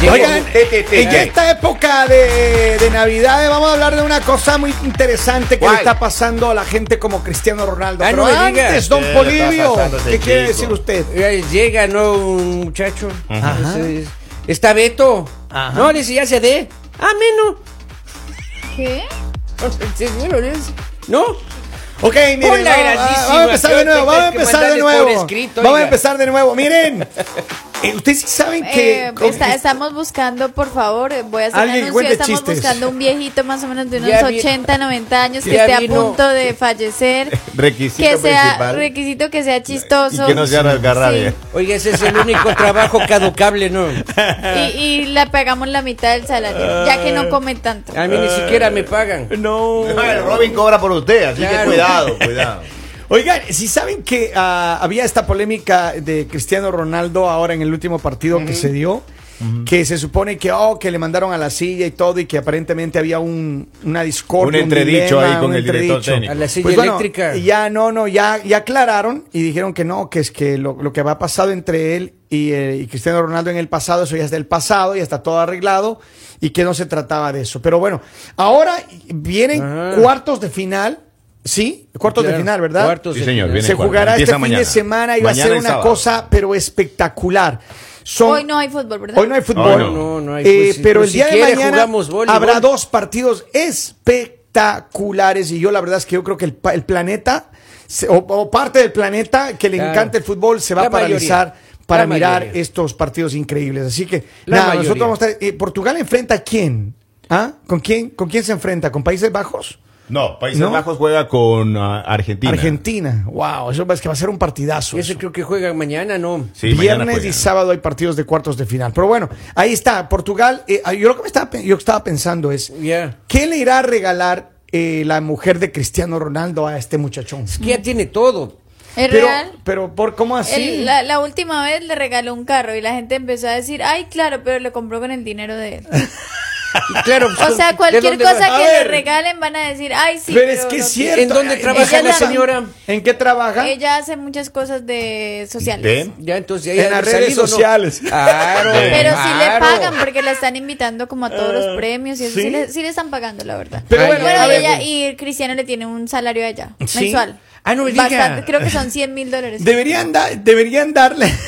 Llegó Oigan, un TTT. en esta época de, de Navidades vamos a hablar de una cosa muy interesante que ¿Cuál? le está pasando a la gente como Cristiano Ronaldo. Ay, Pero Ah, no me digas. antes, don ¿Qué le Polivio, está pasando a ese ¿qué quiere chico? decir usted? Eh, Llega, ¿no? Un muchacho. Ajá. Entonces, Está Beto. Ajá. No, le dice, ya se dé. Ah, menos. ¿Qué? Seguro, le dice. No. Ok, miren, Hola, vamos, grandísima. vamos a empezar de Creo nuevo, que vamos a hay que empezar de mandarles por nuevo. escrito, vamos a oiga. empezar de nuevo, miren. eh, Ustedes sí saben que... Eh, con- está- estamos buscando, por favor, eh, voy a hacer Alguien un anuncio. cuente Estamos chistes. buscando un viejito más o menos de unos Ya vi- 80, 90 años que Ya esté a vino- punto de fallecer. Requisito que sea principal. requisito que sea chistoso. Y que no sea rasgarrabia. Sí. Oiga, ese es el único trabajo caducable, ¿no? Y, y le pagamos la mitad del salario, ya que no come tanto. A mí ni siquiera me pagan. No. No, el Robin cobra por usted, así Claro. que cuidado, cuidado. Oigan, si saben que ah, había esta polémica de Cristiano Ronaldo ahora en el último partido que se dio, que se supone que oh, que le mandaron a la silla y todo y que aparentemente había un, una discordia, Un entredicho ahí con un el director técnico. A la silla Pues bueno, eléctrica. ya no, no, ya, ya aclararon y dijeron que no, que es que lo, lo que había pasado entre él y, eh, y Cristiano Ronaldo en el pasado, eso ya es del pasado, ya está todo arreglado y que no se trataba de eso. Pero bueno, ahora vienen Ah. cuartos de final, ¿sí? Cuartos de Claro, final, ¿verdad? cuartos Sí, de señor, final. viene se cuarto, jugará este empieza fin de mañana. semana y va a Mañana ser y una sábado. cosa, pero espectacular. Son- Hoy no hay fútbol, ¿verdad? hoy no hay fútbol. no. No, no hay Eh, fútbol. Si- pero el si día de quiere, mañana jugamos voleibol. habrá dos partidos espectaculares. Y yo, la verdad es que yo creo que el, pa- el planeta, se- o, o parte del planeta que le Claro. encanta el fútbol, se va La a paralizar mayoría. para La mirar mayoría. estos partidos increíbles. Así que, La nada, mayoría. nosotros vamos a estar. eh, ¿Portugal enfrenta a quién? ¿Ah? ¿Con quién? ¿Con quién se enfrenta? ¿Con Países Bajos? No, Países ¿No? Bajos juega con ah, Argentina. Argentina. Wow, eso es que va a ser un partidazo. eso. Ese creo que juegan mañana, ¿no? Sí, mañana Viernes y juegan. sábado hay partidos de cuartos de final. Pero bueno, ahí está. Portugal, eh, yo lo que me estaba, pe- yo estaba pensando es, Ya. ¿qué le irá a regalar eh, la mujer de Cristiano Ronaldo a este muchachón? Es que ya tiene todo. ¿Es Pero, real? pero ¿por cómo así? El- la, la última vez le regaló un carro y la gente empezó a decir, ay, claro, pero lo compró con el dinero de él. Y claro, O pues, sea, ¿de cualquier dónde va? cosa A que ver. le regalen van a decir, ay, sí. pero es que no es sé". cierto. ¿En dónde Ay, trabaja ella la señora? ¿En qué trabaja? Ella hace muchas cosas de sociales. ¿Ven? Ya, entonces ya En ya las de redes salido, ¿no? sociales. Claro. Pero sí le claro. pagan porque la están invitando como a todos los premios y eso sí, le, sí le están pagando, la verdad. Pero Ay, bueno, Bueno, a y, ver, ella, y Cristiano le tiene un salario allá, ¿Sí? mensual. Ah, no me diga. Bastante, Creo que son 100 mil dólares. deberían, da- deberían darle...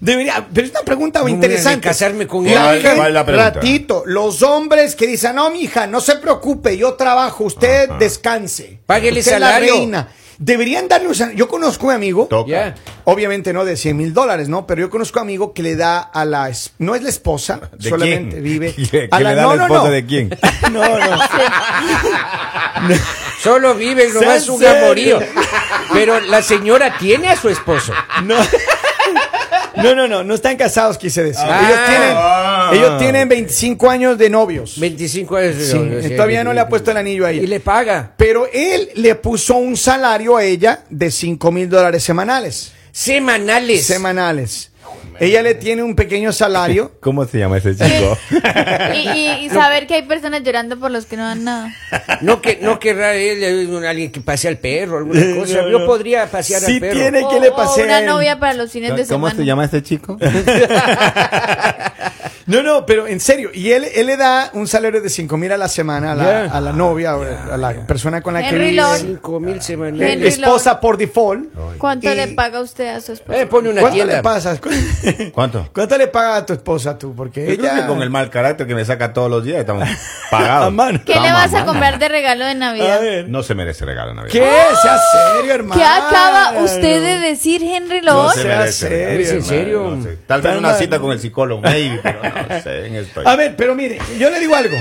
Debería, pero es una pregunta voy a interesante. casarme con la él. ¿Cuál- cuál es la pregunta? Ratito, los hombres que dicen, no, mija, no se preocupe, yo trabajo, usted descanse. Páguele usted es salario. la reina. Deberían darle un sal- Yo conozco un amigo, Toca. Ya. obviamente no de 100 mil dólares, ¿no? Pero yo conozco un amigo que le da a la... es- No es la esposa, ¿De solamente quién? vive... ¿Que, a que le da no, la no, esposa no. de quién? No, no. Solo viven nomás ¿En un serio? amorío. Pero la señora tiene a su esposo. No. No, no, no, no están casados, quise decir. Ah. ellos, tienen, Ah. ellos tienen 25 años de novios. 25 años. Sí, todavía no le ha puesto el anillo a Y ella. le paga. Pero él le puso un salario a ella de 5 mil dólares semanales. Semanales. Semanales. Ella le tiene un pequeño salario. ¿Cómo se llama ese chico? Y, y- y saber que hay personas llorando por los que no dan nada. No, que, no querrá él, eh, alguien que pase al perro, alguna cosa. Yo podría pasear Sí al perro. tiene- O, ¿Qué le o pasé a una él? novia para los fines de semana. ¿Cómo se llama ese chico? No, no, pero en serio. Y él, él le da un salario de 5 mil a la semana a la, Ya. a la novia, o a la persona con la que Henry vive. Lord. Cinco mil Eh, Henry semanales. Esposa por default. ¿Cuánto Y- le paga usted a su esposo? Eh, pone una ¿Cuánto tienda. le pasas? ¿Cuánto? ¿Cuánto le paga a tu esposa tú? Porque Yo creo ella. Ah, que con el mal carácter que me saca todos los días, estamos pagados. A mano. ¿Qué le Estamos vas a mano. comprar de regalo de Navidad? No se merece regalo, Navidad. ¿Qué? Sea serio, hermano. ¿Qué acaba usted de decir, Henry No Lord? se Sea merece serio, regalo, ¿Es en serio? hermano, no sé. Tal vez Tan una mal. cita con el psicólogo, maybe, pero no sé, en esto. A ver, pero mire, yo le digo algo.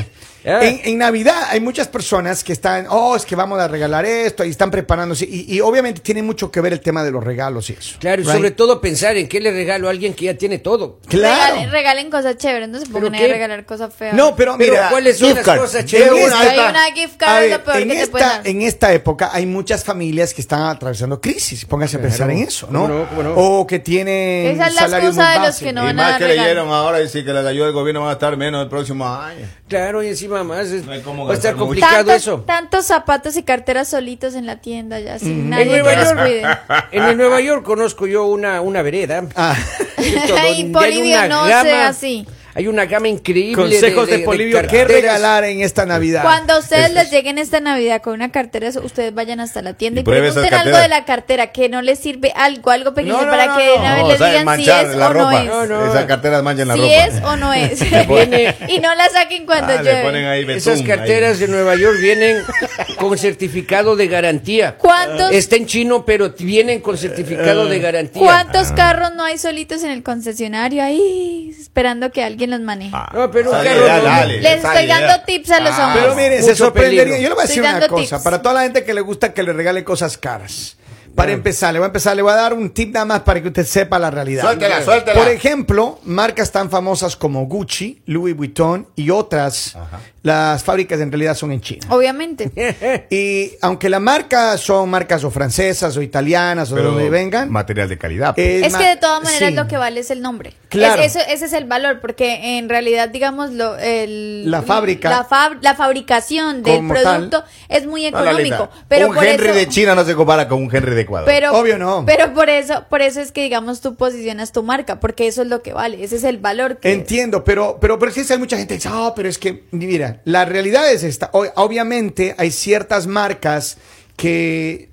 Ah. En, en Navidad hay muchas personas que están, oh, es que vamos a regalar esto, y están preparándose. Y, y obviamente tiene mucho que ver el tema de los regalos y eso. Claro, y Right? sobre todo pensar en qué le regalo a alguien que ya tiene todo. Claro. Regalen, regalen cosas chéveres, no se pongan ahí qué? a regalar cosas feas. No, pero Pero mira. ¿cuáles son gift las card. cosas en chéveres? esta- Hay una gift card, a es lo peor en, que te esta, pueden dar. en esta época hay muchas familias que están atravesando crisis. Pónganse a pensar en eso, ¿no? ¿Cómo no? ¿Cómo no? O que tienen. Esa es la salarios excusa muy de los básicos. que no y van a más dar que regalo. leyeron ahora, dice que la ayuda del gobierno va a estar menos el próximo año. Claro, y encima más. es- No hay cómo va a estar gastar mucho. complicado tantos, eso. tantos zapatos y carteras solitos en la tienda ya, sin En nadie que Nueva los cuide. York. En el Nueva York conozco yo una, una vereda. Ah. propósito. Ay, donde hay Polibio, una no gama- sea así. Hay una gama increíble Consejos de, Polivio, ¿qué carteras. regalar en esta Navidad? Este. Cuando a ustedes Eso les es. lleguen esta Navidad con una cartera, so- ustedes vayan hasta la tienda Y y, pruebe esas pregunten algo carteras. de la cartera, que no les sirve algo, algo pequeño No, no, para no, que no. de una vez No, les sabe, digan si manchar es la o ropa. no es. No, no. Esas carteras manchan la si ropa. es o no es. ponen- y no la saquen cuando Ah, le ponen llueve. ahí betún. Esas carteras ahí. de Nueva York vienen con certificado de garantía. ¿Cuántos, Está en chino, pero vienen con certificado de garantía. cuántos carros no hay solitos en el concesionario ahí esperando que alguien los maneje? Ah, No, pero un dale, carro dale, no. dale, les estoy dale, dando dale. tips a los Ah, hombres. Pero miren, se Mucho sorprendería. peligro. Yo le voy a decir Estoy una dando cosa. tips. Para toda la gente que le gusta que le regale cosas caras. Ah. Para empezar, le voy a empezar, le voy a dar un tip nada más para que usted sepa la realidad. Suéltela, suéltela. Por ejemplo, marcas tan famosas como Gucci, Louis Vuitton y otras, las fábricas en realidad son en China. Obviamente. Y aunque la marca son marcas o francesas o italianas o de Pero donde vengan, Material de calidad. pues. eh, Es ma- que de todas maneras sí. lo que vale es el nombre. Claro. Es- eso- ese es el valor, porque en realidad, digamos, lo, el- La fábrica. La, fab- la fabricación del Como tal. producto es muy No, Lalita, económico. pero un por Henry eso, de China no se compara con un Henry de Ecuador. pero, Obvio no. Pero por eso, por eso es que, digamos, tú posicionas tu marca, porque eso es lo que vale, ese es el valor que Entiendo, pero, pero, pero sí hay mucha gente que dice, "Ah, pero es que, mira, la realidad es esta. O- obviamente hay ciertas marcas que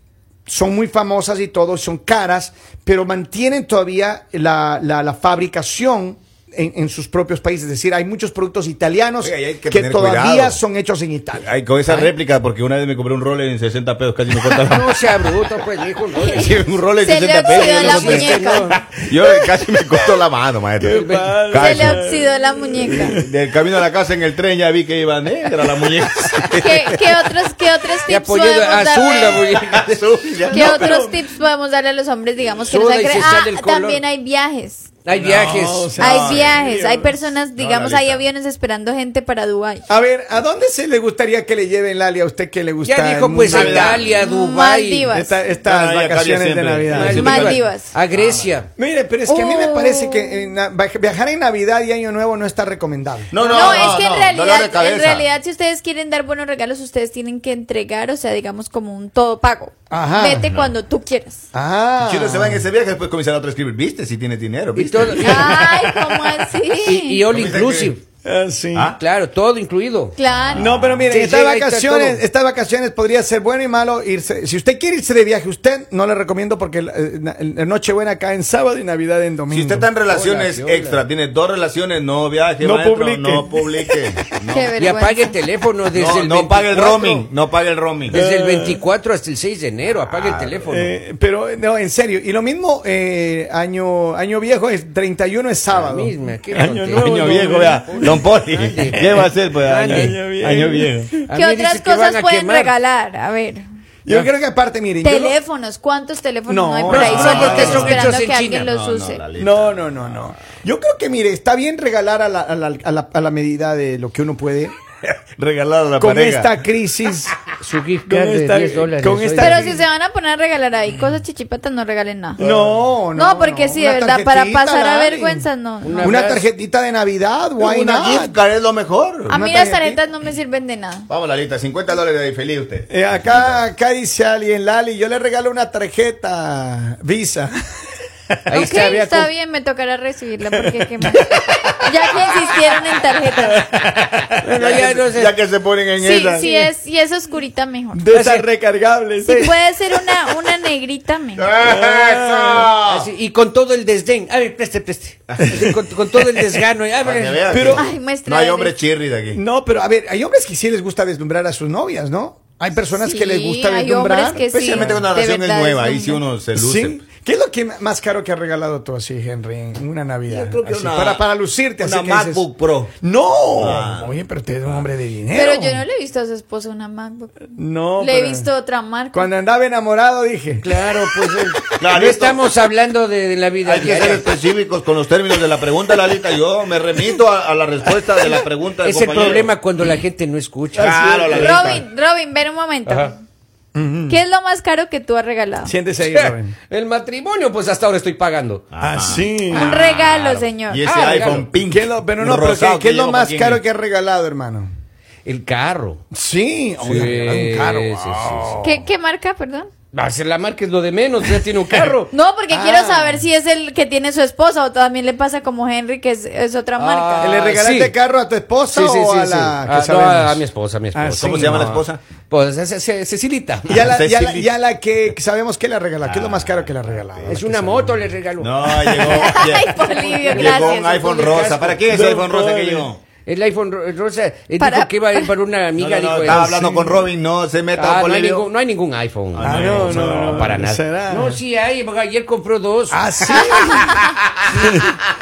son muy famosas y todo, son caras, pero mantienen todavía la, la- la fabricación en, en sus propios países. Es decir, hay muchos productos italianos Oiga, y hay que, que tener todavía cuidado. son hechos en Italia. Ay, con esa réplica, porque una vez me compré un Rolex en 60 pesos, casi me corta la No sea bruto, pues, hijo. No, Sí, un Rolex Se en le 60 pesos. oxidó yo la no sé. muñeca. Yo casi me cortó la mano, maestro. se Casi. le oxidó la muñeca. Del camino a la casa en el tren ya vi que iba negra la muñeca. ¿Qué, qué otros, qué otros Te tips apoyó podemos azul la darle? muñeca. Azul, ya. ¿Qué No, otros pero- tips podemos darle a los hombres, digamos, que Suda nos y se agre- sale el Ah, color. también hay viajes. Hay viajes. o sea, Hay ay, viajes, Dios. hay personas, No, digamos, Lalita. hay aviones esperando gente para Dubái. A ver, ¿a dónde se le gustaría que le lleven Lali a usted que le gusta? ya dijo, el pues, a mundo? Italia, Dubái. Maldivas. Esta- estas Ah, ya cambia vacaciones de siempre. Navidad. Maldivas. Maldivas. A Grecia. Mire, pero es que a mí me Oh. parece que en na- va- viajar en Navidad y Año Nuevo no está recomendable. No, es que en no, dolor de realidad, en cabeza. realidad, si ustedes quieren dar buenos regalos, ustedes tienen que entregar, o sea, digamos, como un todo pago. Ajá. Vete cuando tú quieras. Ah. Si uno se va en ese viaje, después comienza el otro a escribir, viste, si tienes dinero, Y viste. todo. Ay, ¿cómo así? Y, y all ¿Viste inclusive. Ah, sí. Ah. Claro, todo incluido. claro. No, pero miren, Sí, estas llega y está vacaciones, todo. estas vacaciones podría ser bueno y malo irse. Si usted quiere irse de viaje, usted no le recomiendo porque la, eh, na- la Nochebuena cae en sábado y Navidad en domingo. Si usted está en relaciones Hola, hola. extra, tiene dos relaciones, no viaje, No maestro, publique. No publique. No, Qué Y vergüenza. apague el teléfono desde no, el no pague el 24. roaming, no pague el roaming. Desde el 24 hasta el 6 de enero, apague el Ah, teléfono. Eh, pero no, en serio. Y lo mismo eh, año año viejo es 31 es La sábado. misma, qué Eh, Año tontería. nuevo, viejo, vea. Don Poli. ¿Qué va a hacer? Pues año, Grande. año viejo. Año viejo. A ¿Qué mí otras dice que van cosas a pueden quemar. regalar? A ver. Yo creo que aparte, miren, yo no- Teléfonos, ¿cuántos teléfonos No, no, hay por ahí? no, Solo no, porque no, son esperando hechos en que alguien China. los No, use. no, Lalita. No, no, no, no. Yo creo que, mire, está bien regalar a la, a la- a la- a la medida de lo que uno puede. Regalado a la Con pareja. esta crisis. Su gift Con card de esta- 10 dólares. con oiga. esta- Pero si se van a poner a regalar ahí cosas chichipatas, no regalen nada. No, no. No, porque sí, de Una verdad, para tarjetita, pasar a dale. vergüenza, no. no. Una, tarjetita de Navidad, why Una not? gift card es lo mejor. A una mí las tarjetita. tarjetas no me sirven de nada. Ah. Vamos, Lalita, 50 dólares de feliz usted. Eh, acá, acá dice alguien, Lali, yo le regalo una tarjeta Visa. Ahí ok, está, está, vea, con- bien, me tocará recibirla porque qué más. ya que insistieron en tarjetas. Bueno, ya no sé. ya que se ponen en Sí, esa. sí es, y es oscurita mejor. De esas recargables. Si eh. puede ser una, una negrita mejor. ¡Eso! Así, y con todo el desdén. A ver, preste, preste. Así, con, con todo el desgano. A Para que ver. veas Pero- que Ay, maestra, no hay eres- hombre chirri de aquí. No, pero a ver, hay hombres que sí les gusta deslumbrar a sus novias, ¿no? Hay personas Sí, que les gusta hay deslumbrar. hombres que sí. Especialmente cuando la de relación es verdad, nueva, es ahí un- si uno se luce. Sí. ¿Qué es lo que más caro que has regalado tú así, Henry, en una Navidad? Yo creo que Así, una- para, para lucirte una así que dices, MacBook Ah. Pro. No. Oye, pero usted es un hombre de dinero. Pero yo no le he visto a su esposo una MacBook. No, Le he pero- visto otra marca. Cuando andaba enamorado dije. Claro, pues. eh, Clarito. No estamos hablando de, de la vida Hay que ser diaria. específicos con los términos de la pregunta, Lalita. Yo me remito a, a la respuesta de la pregunta del Es el compañero. problema cuando la gente no escucha. Claro, Lalita. Robin, Robin, ven un momento. ¿Qué es lo más caro que tú has regalado? Siéntese ahí, Robin. El matrimonio, pues hasta ahora estoy pagando. Ah. Así. Un regalo, señor. Y ese Ah, iPhone claro. pink. ¿Qué es lo, pero no, pero rosado ¿qué, qué es lo lleva más Joaquín. caro que has regalado, hermano? El carro. Sí, Sí, oye, un caro. sí, wow. sí, sí. ¿Qué, qué marca, perdón? Va a ser la marca, es lo de menos, ya tiene un carro. No, porque Ah. quiero saber si es el que tiene su esposa o también le pasa como Henry, que es, es otra marca. Ah, ¿Le regalaste sí. carro a tu esposa Sí, sí, o sí, a sí. la que Ah, no, sabemos? a, a mi esposa, a mi esposa. Ah, ¿Cómo sí, se llama la no. esposa? Pues ce- ce- Cecilita. Y a la, y a la- Cecily. y a la que sabemos que la regala, que es lo más caro que la regala. Es una moto, le regaló. No, llegó, Ay, lle- Polivio, llegó un gracias. iPhone rosa. ¿Para quién es el iPhone rosa que llegó? El iPhone ro- rosa, él Para- dijo que iba a ir para una No, amiga. no, no, dijo, estaba eh, hablando sí. con Robin, no se meta Ah, con no, hay Leo. ningún, no hay ningún iPhone. Ah, no, no, no, para nada. ¿será? No, sí hay, porque ayer compró dos. Ah, sí. Ah,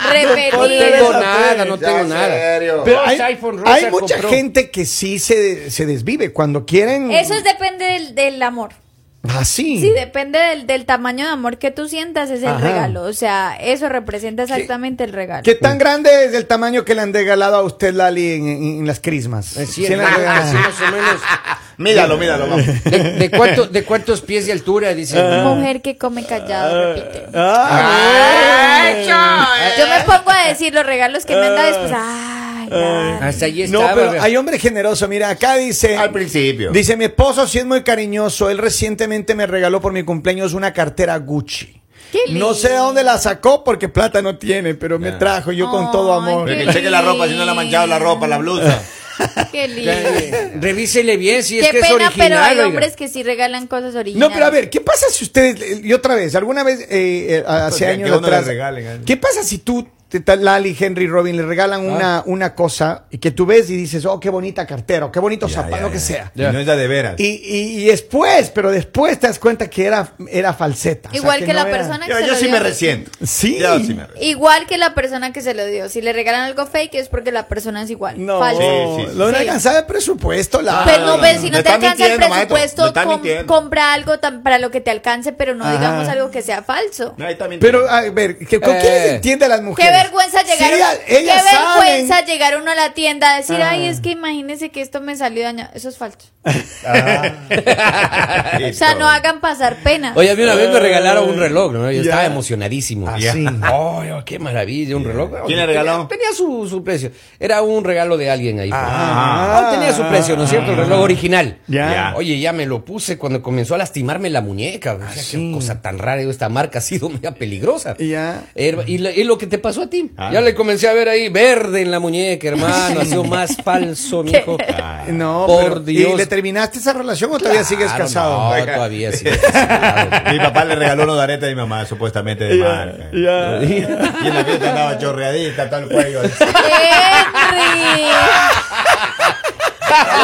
no Repetido. tengo nada, no Ya, tengo en nada. serio. Pero Dos hay, iPhone rosa hay mucha compró. gente que sí se, se desvive cuando quieren. Ah, Eso es depende del, del amor. Así. Sí, depende del, del tamaño de amor que tú sientas, es el Ajá. regalo. O sea, eso representa exactamente el regalo. ¿Qué tan grande es el tamaño que le han regalado a usted, Lali, en, en- en las crismas? Eh, sí, Sí, le han regalado. así más o menos. Míralo, míralo, vamos. ¿De, de cuánto- de cuántos pies de altura? Dice. Mujer que come callado, repite. Ah, ¡Ay, chao! Yo me pongo a decir los regalos que me han dado y después. Ay, ay. Hasta allí no, estaba. pero vea. hay hombre generoso. Mira, acá dice. Al principio. Dice, mi esposo sí es muy cariñoso. Él recientemente me regaló por mi cumpleaños una cartera Gucci. Qué No sé de lindo. dónde la sacó porque plata no tiene, pero me trajo yo con todo Ay, amor. Pero que cheque la ropa, si no le ha manchado la ropa, la blusa. Qué Ya, lindo. eh, Revísele bien si es Qué que es pena, original. pero hay oiga. hombres que sí regalan cosas originales. No, pero a ver, ¿qué pasa si ustedes, y otra vez, alguna vez, eh, eh, hace Pues que- años que uno le atrás, regalen, ¿eh? Ah. ¿qué pasa si tú, te- tal Lali, Henry, Robin, le regalan una, una cosa y que tú ves y dices, oh, qué bonita cartera, o qué bonito Ya, zapato, ya, lo que ya. sea? Y No es la de veras. Y, y- y después, pero después te das cuenta que era, era falseta. o sea, Igual que, no la era- persona que Yo, se yo lo sí dio. me resiento. Sí. Yo sí me resiento. Igual que la persona que se lo dio. Si le regalan algo fake es porque la persona es igual. No, Ah, falso. Sí, sí, sí. no Sí. era alcanzada de presupuesto, la. Pero no, no, no, pero no. si Me no te está alcanza el mintiendo, maestro. Me presupuesto, está com- mintiendo. compra algo tan- para lo que te alcance, pero no Ajá. digamos algo que sea falso. Ahí también Pero, a ver, ¿qué- ¿con Eh. quién se entiende a las Qué mujeres? vergüenza llegar, Sí, ellas- qué ellas saben. vergüenza llegar uno a la tienda a decir, Ah. ay, es que imagínense que esto me salió dañado. Eso es falso. Ah. O sea, no hagan pasar pena. Oye, a mí una vez me regalaron un reloj, ¿no? Yo Ya. estaba emocionadísimo. Ah, sí. Oh, yo, qué maravilla, un reloj. ¿Quién Tenía- le regaló? Tenía, su, su precio. Era un regalo de alguien ahí. pues. Ah. Ah, tenía su precio, ¿no es cierto? El reloj original. Ya. Oye, ya me lo puse cuando comenzó a lastimarme la muñeca. O sea, qué cosa tan rara. digo, Esta marca ha sido media peligrosa. Ah, Ya. Herba- Y, la- y lo que te pasó a ti. Ah. Ya le comencé a ver ahí verde en la muñeca, hermano. Ha sido más falso, mijo. Ah, ah, No, Por pero- ¿Y Dios. le terminaste esa relación o todavía sigues Claro, casado? No, todavía sigues casado. Mi papá le regaló unos aretes a mi mamá, supuestamente de marca. Y en la fiesta andaba chorreadita, tal cuello. Henry.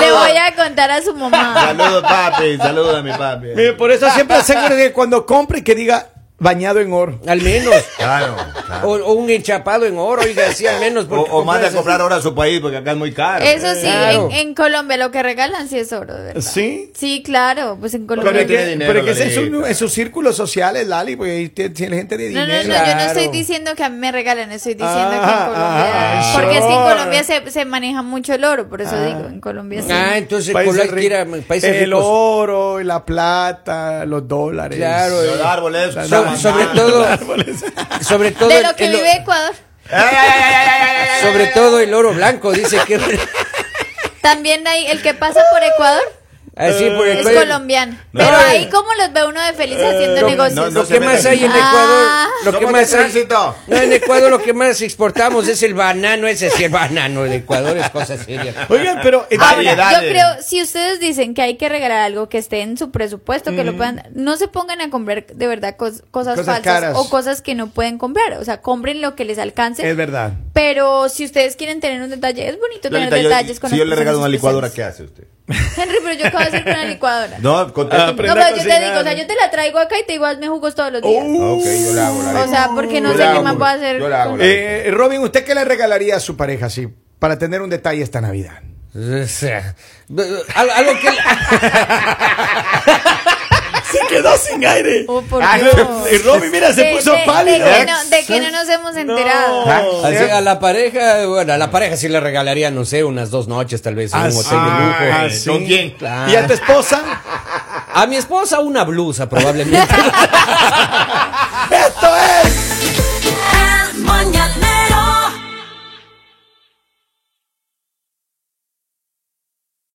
Le voy a contar a su mamá. Saludos, papi. Saludos a mi papi. Mire, por eso siempre aseguro que cuando compre que diga bañado en oro. Al menos. Claro. Ah, claro. O, o un enchapado en oro, oiga, sí, al menos. O, porque o manda a compras- comprar ahora a su país, porque acá es muy caro. Eso sí, Claro. en, en Colombia lo que regalan sí es oro, de ¿verdad? ¿Sí? Sí, claro, pues en Pero Pero no es Colombia. tiene que, dinero, pero es que es en su- Lolita. en sus círculos sociales, Lali, porque ahí tiene tiene gente de No, dinero. no, no, yo no Claro. estoy diciendo que a mí me regalen, estoy diciendo que en Ah, Colombia. ah, porque es que en sure. Colombia se, se maneja mucho el oro, por eso digo, en Colombia sí. Ah, entonces Países Colombia ricos. quiere a países el ricos. oro, la plata, los dólares. Claro. eh. Los árboles. So- la sobre banana. todo. Sobre todo. de el- lo que el- vive Ecuador. Ay, ay, ay, ay, ay, ay, ay, ay. Sobre todo el oro blanco, dice que. También hay el que pasa por Ecuador Así por el es colombiano. No, pero eh. ahí como los ve uno de feliz haciendo negocios. no, no Lo se que meten. más hay en Ah. Ecuador. Lo que Somos de más hay. tránsito. No, en Ecuador lo que más exportamos es el banano. Ese sí, el banano de Ecuador es cosa seria. Oigan, pero eh, Variedad. entonces, Yo Dale. creo, si ustedes dicen que hay que regalar algo que esté en su presupuesto, que lo puedan, no se pongan a comprar de verdad cos- cosas, Cosas falsas caras. o cosas que no pueden comprar. O sea, compren lo que les alcance. es verdad. Pero si ustedes quieren tener un detalle, es bonito tener Lolita, yo- detalles con si yo las le regalo personas una licuadora, ¿qué especiales. hace usted? Henry, pero yo acabo de hacer con una licuadora. No, No, contesta. Ah, pero- pero yo te cocinar. Oh. digo, o sea, yo te la traigo acá y te digo, hazme jugos todos los días. Ok, yo la hago. La o sea, porque no Yo sé la qué hago, más puedo hacer. yo la hago, con- la hago. Eh, Robin, ¿usted qué le regalaría a su pareja sí, para tener un detalle esta Navidad? O sea, al- algo que. Se quedó sin aire. Oh, por Ah, Dios. y Robin, mira, se De- puso de- de pálido. que no- De que no nos hemos enterado. Ah, Así a la pareja, bueno, a la pareja sí le regalaría, no sé, unas dos noches tal vez en Ah, un sí. hotel de lujo. Ah, ¿Con sí. quién? Claro. ¿Y a tu esposa? A mi esposa una blusa probablemente.